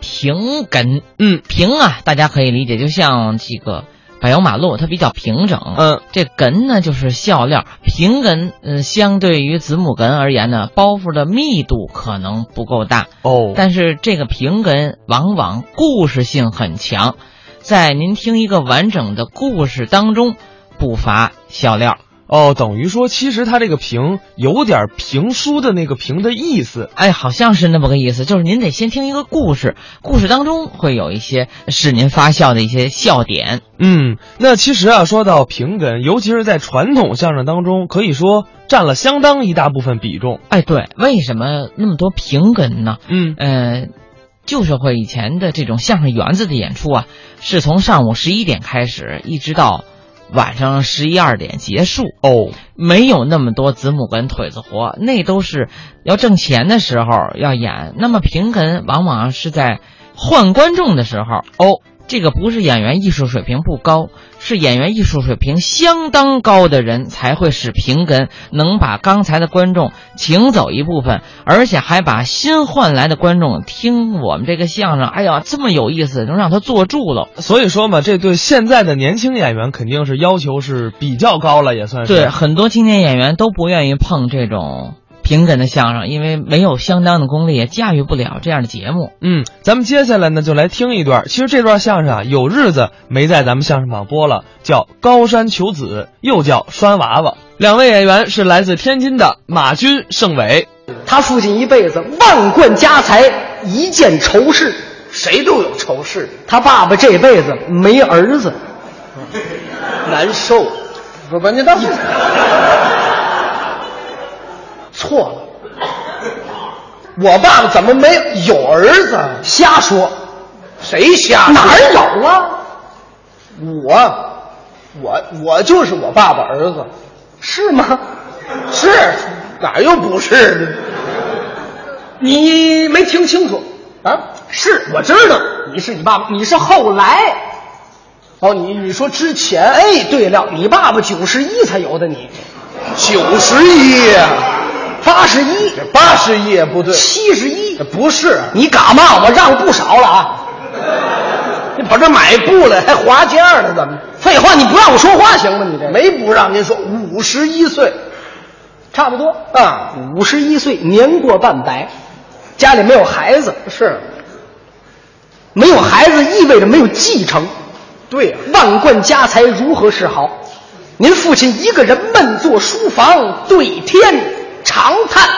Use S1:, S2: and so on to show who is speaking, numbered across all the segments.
S1: 平根，
S2: 嗯
S1: 平啊，大家可以理解，就像这个柏油马路，它比较平整。
S2: 嗯，
S1: 这根呢就是笑料，平根，嗯、相对于子母根而言呢，包袱的密度可能不够大，
S2: 哦，
S1: 但是这个平根往往故事性很强，在您听一个完整的故事当中，不乏笑料。
S2: 哦，等于说，其实它这个评有点评书的那个评的意思。
S1: 哎，好像是那么个意思，就是您得先听一个故事，故事当中会有一些使您发笑的一些笑点。
S2: 嗯，那其实啊，说到评哏，尤其是在传统相声当中，可以说占了相当一大部分比重。
S1: 哎，对，为什么那么多平哏呢？
S2: 嗯，
S1: 呃，旧社会以前的这种相声园子的演出啊，是从上午十一点开始，一直到晚上十一二点结束，
S2: 哦，
S1: 没有那么多子母哏、腿子活，那都是要挣钱的时候要演。那么平哏往往是在换观众的时候哦。这个不是演员艺术水平不高，是演员艺术水平相当高的人才会使平哏能把刚才的观众请走一部分，而且还把新换来的观众听我们这个相声，哎呀，这么有意思，能让他坐住喽。
S2: 所以说嘛，这对现在的年轻演员肯定是要求是比较高了，也啊算是。
S1: 对，很多青年演员都不愿意碰这种平哏的相声，因为没有相当的功力，也驾驭不了这样的节目。
S2: 嗯，咱们接下来呢就来听一段。其实这段相声啊，有日子没在咱们相声榜播了，叫《高山求子》，又叫《拴娃娃》。两位演员是来自天津的马军、盛伟。
S3: 嗯
S4: 他父亲一辈子万贯家财，一件仇事。
S3: 谁都有仇视，
S4: 他爸爸这辈子没儿子，
S3: 难受。
S4: 不不，你倒 是错了，
S3: 我爸爸怎么没有儿子？
S4: 瞎说，
S3: 谁瞎说
S4: 哪儿有啊？
S3: 我，我我就是我爸爸儿子，
S4: 是吗？
S3: 是哪儿又不是？
S4: 你没听清楚
S3: 啊？
S4: 是我知道，你是你爸爸，你是后来。
S3: 哦，你你说之前哎，
S4: 哎，对了，你爸爸九十一才有的你，
S3: 九十一呀，
S4: 八十一、
S3: 八十一也不对，
S4: 七十一，
S3: 不是
S4: 你敢嘛？我让不少了啊！
S3: 你跑这买布来还划价呢？怎么？
S4: 废话，你不让我说话行吗？你这
S3: 没不让您说五十一岁
S4: 差不多
S3: 啊？
S4: 五十一岁，年过半百，家里没有孩子，
S3: 是，
S4: 没有孩子意味着没有继承，
S3: 对呀、
S4: 万贯家财如何是好？您父亲一个人闷坐书房，对天长叹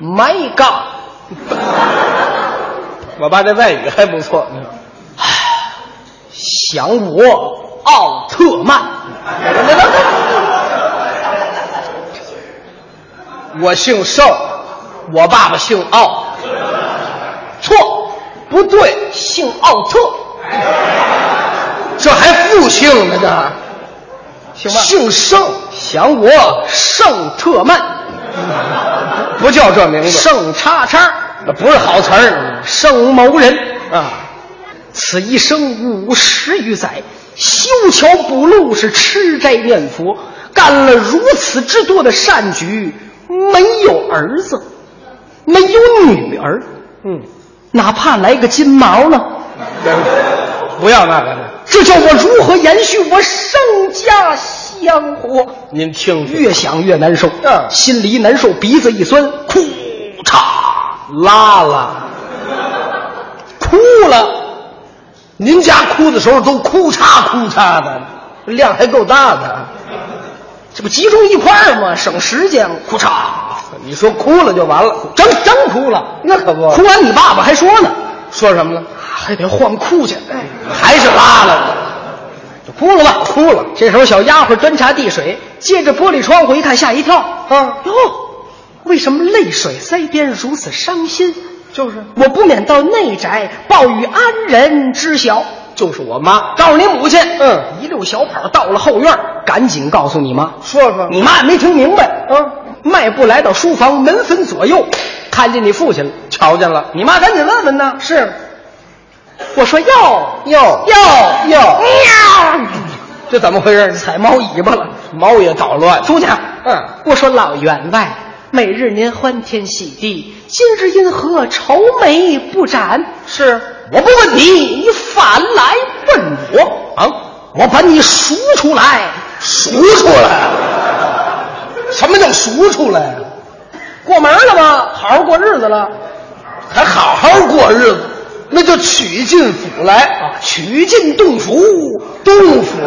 S4: ，My God，
S3: 我爸这外语还不错。
S4: 想我奥特曼，
S3: 我姓邵，我爸爸姓奥，
S4: 错，
S3: 不对，
S4: 姓奥特，
S3: 这还复姓呢，这
S4: 行吧？
S3: 姓盛，
S4: 想我圣特曼，
S3: 不叫这名字，
S4: 圣叉叉，
S3: 那不是好词儿
S4: 圣某人。
S3: 啊！
S4: 此一生五十余载，修桥补路是吃斋念佛，干了如此之多的善举，没有儿子，没有女儿，
S3: 嗯，
S4: 哪怕来个金毛呢，
S3: 不要那个了，
S4: 这叫我如何延续我盛家香火？
S3: 您听听，
S4: 越想越难受，
S3: 嗯
S4: 心里难受，鼻子一酸，哭
S3: 嚓拉了，
S4: 哭了，
S3: 您家哭的时候都哭嚓哭嚓的，量还够大的。
S4: 这不集中一块儿吗？省时间，哭嚓，
S3: 你说哭了就完了，
S4: 真真哭了，
S3: 那可不
S4: 哭完你爸爸还说呢。
S3: 说什么了？
S4: 还得换裤去，哎，
S3: 还是拉了，
S4: 就哭了吧，
S3: 哭了。
S4: 这时候小丫鬟端茶递水，借着玻璃窗户一看，吓一跳，
S3: 啊
S4: 哟，为什么泪水腮边如此伤心？
S3: 就是
S4: 我不免到内宅报与安人知晓，
S3: 就是我妈，
S4: 告诉你母亲。
S3: 嗯，
S4: 一溜小跑到了后院，赶紧告诉你妈。
S3: 说说
S4: 你妈也没听明白，
S3: 嗯，
S4: 迈步来到书房门分左右，看见你父亲了。
S3: 瞧见了
S4: 你妈赶紧问问呢。是，我说哟
S3: 哟
S4: 哟
S3: 哟
S4: 喵，
S3: 这怎么回事？
S4: 踩猫尾巴了。
S3: 猫也捣乱。
S4: 姑娘，
S3: 嗯，
S4: 我说老员外，每日您欢天喜地，今日因何愁眉不展？
S3: 是我不问你，
S4: 你反来问我，
S3: 啊，
S4: 我把你赎出来，
S3: 赎出来。什么叫赎出来啊？
S4: 过门了吗？好好过日子了，
S3: 还好好过日子，啊那就娶进府来，
S4: 娶进洞府。
S3: 洞府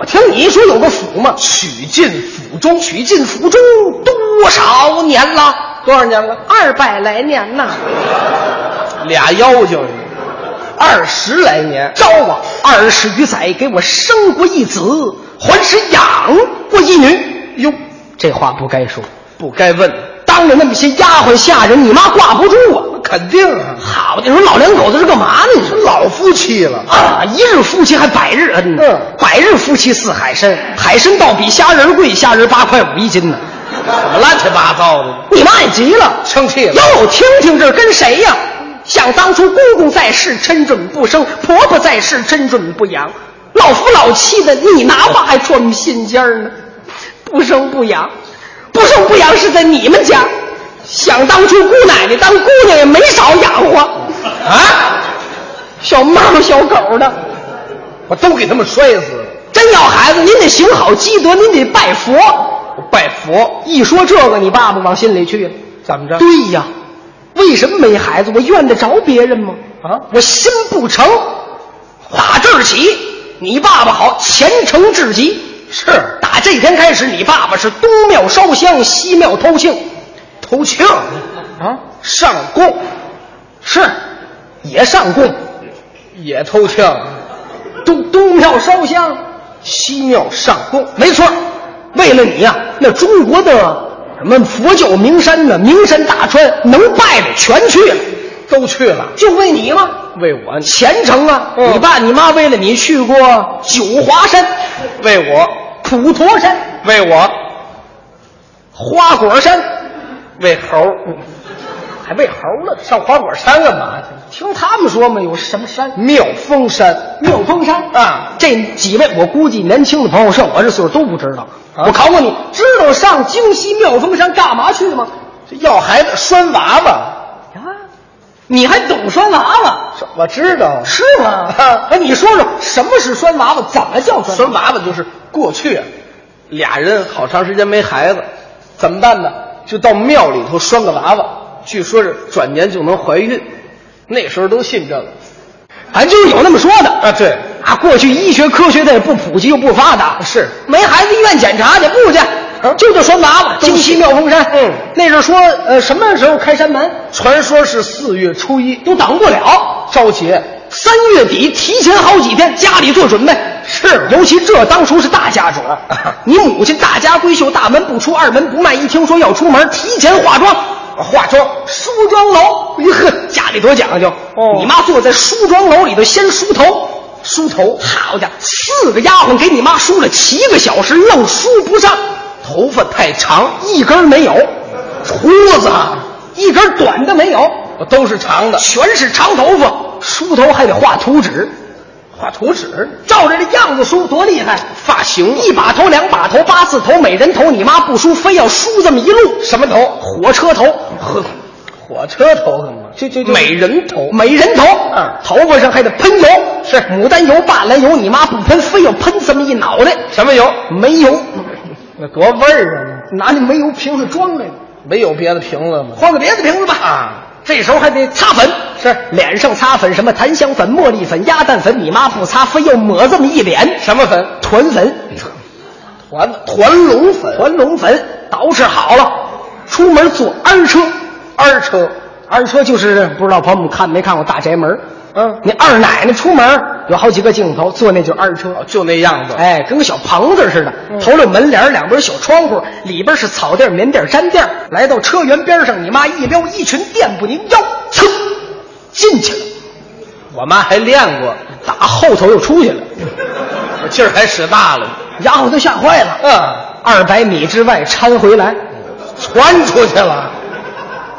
S4: 我听你说有个府嘛，
S3: 娶进府中，
S4: 娶进府中多少年了？
S3: 多少年了？
S4: 二百来年呐，
S3: 俩妖精，二十来年，
S4: 招我二十余载，给我生过一子，还是养过一女。
S3: 哟，
S4: 这话不该说，
S3: 不该问，
S4: 当着那么些丫鬟下人，你妈挂不住啊！
S3: 肯定啊，
S4: 好，你说老两口子是干嘛呢？你说
S3: 老夫妻了，
S4: 啊，一日夫妻还百日恩呢。
S3: 嗯
S4: 百日夫妻似海参，海参倒比虾仁贵，虾仁八块五一斤呢。
S3: 怎么乱七八糟的？
S4: 你妈也急了，
S3: 生气了，
S4: 哟，听听这跟谁呀、想当初公公在世嗔准不生，婆婆在世嗔准不养，老夫老妻的，你拿话还穿心尖儿呢？不生不养，不生不养是在你们家。想当初姑奶奶当姑娘也没少养活，
S3: 啊，
S4: 小猫小狗的。
S3: 我都给他们摔死了。
S4: 真要孩子，您得行好积德，您得拜佛。
S3: 我拜佛，
S4: 一说这个，你爸爸往心里去了。
S3: 怎么着？
S4: 对呀，为什么没孩子？我怨得着别人吗？
S3: 啊
S4: 我心不诚，打这儿起，你爸爸好虔诚至极。
S3: 是
S4: 打这天开始，你爸爸是东庙烧香，西庙偷庆，
S3: 偷情
S4: 啊，
S3: 上供
S4: 是也上供，
S3: 也偷情，
S4: 东东庙烧香，
S3: 西庙上供
S4: 没错儿。为了你呀、那中国的什么佛教名山呢？名山大川能拜的全去了，
S3: 都去了，
S4: 就为你吗？
S3: 为我，
S4: 虔诚啊！
S3: 嗯
S4: 你爸你妈为了你去过九华山、
S3: 为我，
S4: 普陀山、
S3: 为我，
S4: 花果山，
S3: 为猴儿，
S4: 还喂猴了。
S3: 上花果山干嘛去？
S4: 听他们说嘛，有什么山？
S3: 妙峰山
S4: 妙峰山
S3: 啊
S4: 这几位我估计年轻的朋友上我这岁数都不知道。
S3: 啊
S4: 我考考你，知道上京西妙峰山干嘛去吗？
S3: 这要孩子拴娃娃，
S4: 啊，你还懂拴娃娃
S3: 这我知道。
S4: 是吗？
S3: 啊
S4: 哎，你说说什么是拴娃娃？怎么叫拴娃
S3: 拴娃娃就是过去啊俩人好长时间没孩子，怎么办呢？就到庙里头拴个娃娃，据说是转年就能怀孕，那时候都信这个
S4: 娃？反正就是有那么说的。
S3: 啊。对，
S4: 啊，过去医学科学它也不普及又不发达，
S3: 是啊
S4: 没孩子医院检查去不去？就叫拴娃娃，
S3: 都是
S4: 京西妙峰山。
S3: 嗯
S4: 那阵儿说呃什么时候开山门
S3: 传说是四月初一
S4: 都挡不了，
S3: 招节，
S4: 三月底提前好几天家里做准备。
S3: 是啊
S4: 尤其这当初是大家主，你母亲大家闺秀，大门不出二门不迈，一听说要出门，提前化妆。
S3: 啊化妆嗯
S4: 梳妆楼，哎呦呵，家里多讲究。
S3: 哦
S4: 你妈坐在梳妆楼里头，先梳头，
S3: 梳头，
S4: 好家伙，四个丫鬟给你妈梳了七个小时，愣梳不上，
S3: 头发太长，
S4: 一根儿没有，啊
S3: 秃子
S4: 一根儿短的没有，
S3: 我哦都是长的，
S4: 全是长头发。梳头还得画图纸，
S3: 画图纸，
S4: 照着这样子梳多厉害！
S3: 发型
S4: 一把头、两把头、八字头、美人头，你妈不梳，非要梳这么一路。
S3: 什么头？
S4: 火车头，呵，
S3: 火车头干嘛？
S4: 这这这
S3: 美人头，
S4: 美人头，
S3: 嗯
S4: 头发上还得喷油，是牡丹油、橄榄油，你妈不喷，非要喷这么一脑袋，
S3: 什么油？
S4: 煤油，
S3: 那多味儿啊！
S4: 拿那煤油瓶子装来的。
S3: 没有别的瓶子吗？
S4: 换个别的瓶子吧。
S3: 啊，
S4: 这时候还得擦粉，
S3: 是
S4: 脸上擦粉，什么檀香粉、茉莉粉、鸭蛋粉，你妈不擦，非要抹这么一脸。
S3: 什么粉？
S4: 团粉、
S3: 团团龙粉，
S4: 团龙粉，捯饬好了，出门坐二车，
S3: 二车，
S4: 二车就是不知道朋友们看没看过大宅门。
S3: 嗯
S4: 那二奶奶出门有好几个镜头，坐那就是二车。
S3: 哦就那样子。，
S4: 哎，跟个小棚子似的，头里有门帘儿，两边小窗户，里边是草地儿、棉地儿、毡地儿。来到车辕边上，你妈一撩衣裙，垫不宁腰，噌，进去了，
S3: 我妈还练过，
S4: 打后头又出去了，
S3: 我劲儿还使大了，
S4: 丫鬟都吓坏了。
S3: 嗯，
S4: 二百米之外搀回来，
S3: 传出去了。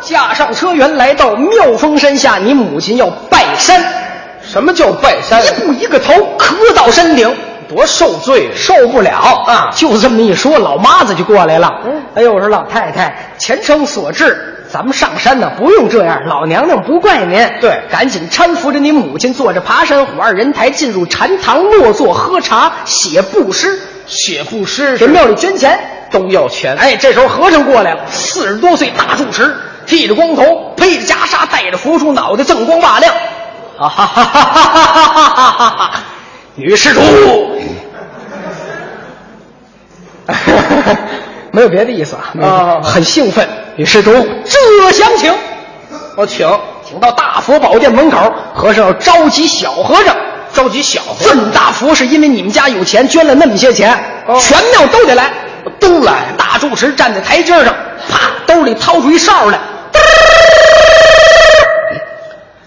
S4: 驾上车辕，来到妙峰山下，你母亲要拜山，
S3: 什么叫拜山？
S4: 一步一个头磕到山顶，
S3: 多受罪啊！
S4: 受不了
S3: 啊
S4: 就这么一说，老妈子就过来了。
S3: 嗯
S4: 哎呦，我说老太太，前程所致，咱们上山呢不用这样，老娘娘不怪您。
S3: 对
S4: 赶紧搀扶着你母亲，坐着爬山虎二人台，进入禅堂落座喝茶，写布诗，
S3: 写布诗
S4: 给庙里捐钱。
S3: 都要钱。
S4: 哎，这时候和尚过来了，四十多岁大住持，剃着光头，披着袈裟，戴着佛珠，脑袋锃光瓦亮。啊哈哈哈哈哈哈哈哈哈！女施主， 没有别的意思啊，没有别的
S3: 啊
S4: 很兴奋。女施主，这厢请。
S3: 我请
S4: 请到大佛宝殿门口，和尚要召集小和尚。
S3: 召集小和
S4: 这么大佛是因为你们家有钱，捐了那么些钱，
S3: 哦
S4: 全庙都得来，都来。大住持站在台阶上，啪，兜里掏出一哨来，嘚儿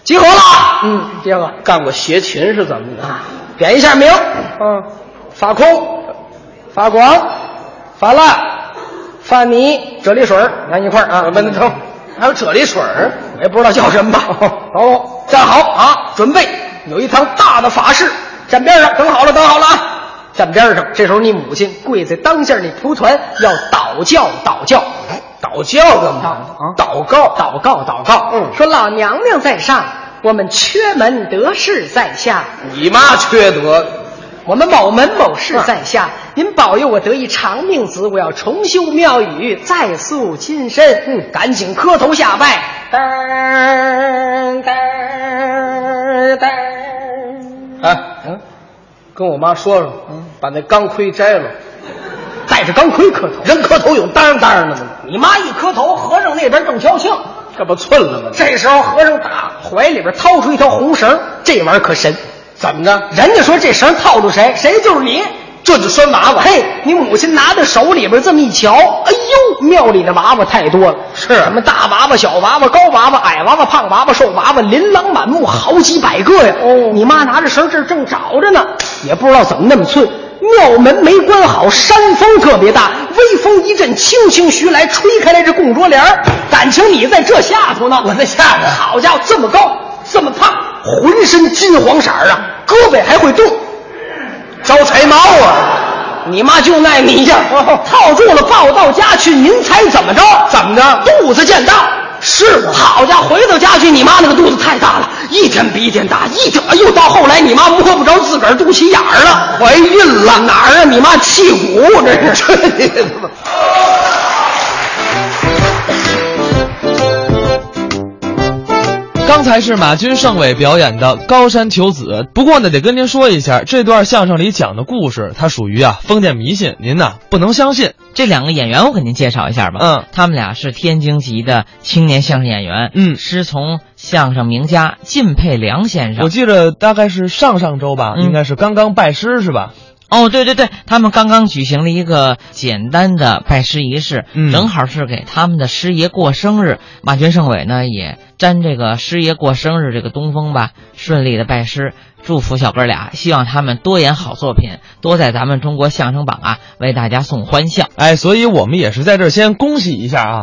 S4: 集合了。嗯，集合
S3: 干过协琴是怎么的？
S4: 啊，点一下名，
S3: 嗯，
S4: 法空、法广、法烂、法泥、啫喱水儿，咱一块儿 啊。
S3: 那等还有啫喱水儿，
S4: 我也不知道叫 什么吧。走喽，站好啊，准备有一堂大的法事，站边上，等好了，等好了啊，站边上。这时候你母亲跪在当下，你蒲团要祷教，祷教。
S3: 哎祷教干
S4: 祷
S3: 嘛？啊
S4: 祷告，祷告，祷告。
S3: 嗯
S4: 说老娘娘在上，我们缺门得势在下，
S3: 你妈缺德，
S4: 我们某门某事在下，您保佑我得一长命子，我要重修庙宇，再塑金身。嗯，赶紧磕头下拜。噔噔噔，嗯
S3: 哎，嗯，跟我妈说说，把那钢盔摘了，
S4: 带着钢盔磕头。
S3: 人磕头有当当的吗？
S4: 你妈一磕头，和尚那边正高兴。
S3: 这不寸了吗？
S4: 这时候，和尚打怀里边掏出一条红绳，这玩意儿可神。
S3: 怎么着？
S4: 人家说这绳套住谁，谁就是你。
S3: 这就拴娃娃。
S4: 嘿，你母亲拿在手里边这么一瞧，哎呦，庙里的娃娃太多了，
S3: 是
S4: 什么大娃娃、小娃娃、高娃娃、矮娃娃、胖娃娃、瘦娃娃，琳琅满目，好几百个呀。
S3: 哦
S4: 你妈拿着绳儿这儿正找着呢，也不知道怎么那么寸。庙门没关好，山风特别大，微风一阵轻轻徐来，吹开来这供桌帘儿感情你在这下头呢，我在下头。好家伙，这么高，这么胖，浑身金黄色儿啊，胳膊还会动。招财猫啊！你妈就赖你呀，套住了抱到家去，您猜怎么着？怎么着？肚子见大。是啊，好家伙，回到家去，你妈那个肚子太大了，一天比一天大，一天哎呦，到后来你妈摸不着自个儿肚脐眼儿了，怀孕了哪儿啊？你妈气鼓，这是 这他妈。
S2: 刚才是马军盛伟表演的《高山求子》，不过呢，得跟您说一下，这段相声里讲的故事，它属于啊封建迷信，您呐、不能相信。
S1: 这两个演员我给您介绍一下吧。
S2: 嗯，
S1: 他们俩是天津籍的青年相声演员，
S2: 嗯
S1: 师从相声名家靳佩良先
S2: 我
S1: 生。
S2: 记着大概是上上周吧，
S1: 嗯
S2: 应该是刚刚拜师是吧？
S1: 哦，对对对，他们刚刚举行了一个简单的拜师仪式，
S2: 嗯
S1: 正好是给他们的师爷过生日。马军盛伟呢也沾这个师爷过生日这个东风吧，顺利的拜师，祝福小哥俩，希望他们多演好作品，多在咱们中国相声榜啊为大家送欢笑。
S2: 哎，所以我们也是在这儿先恭喜一下啊。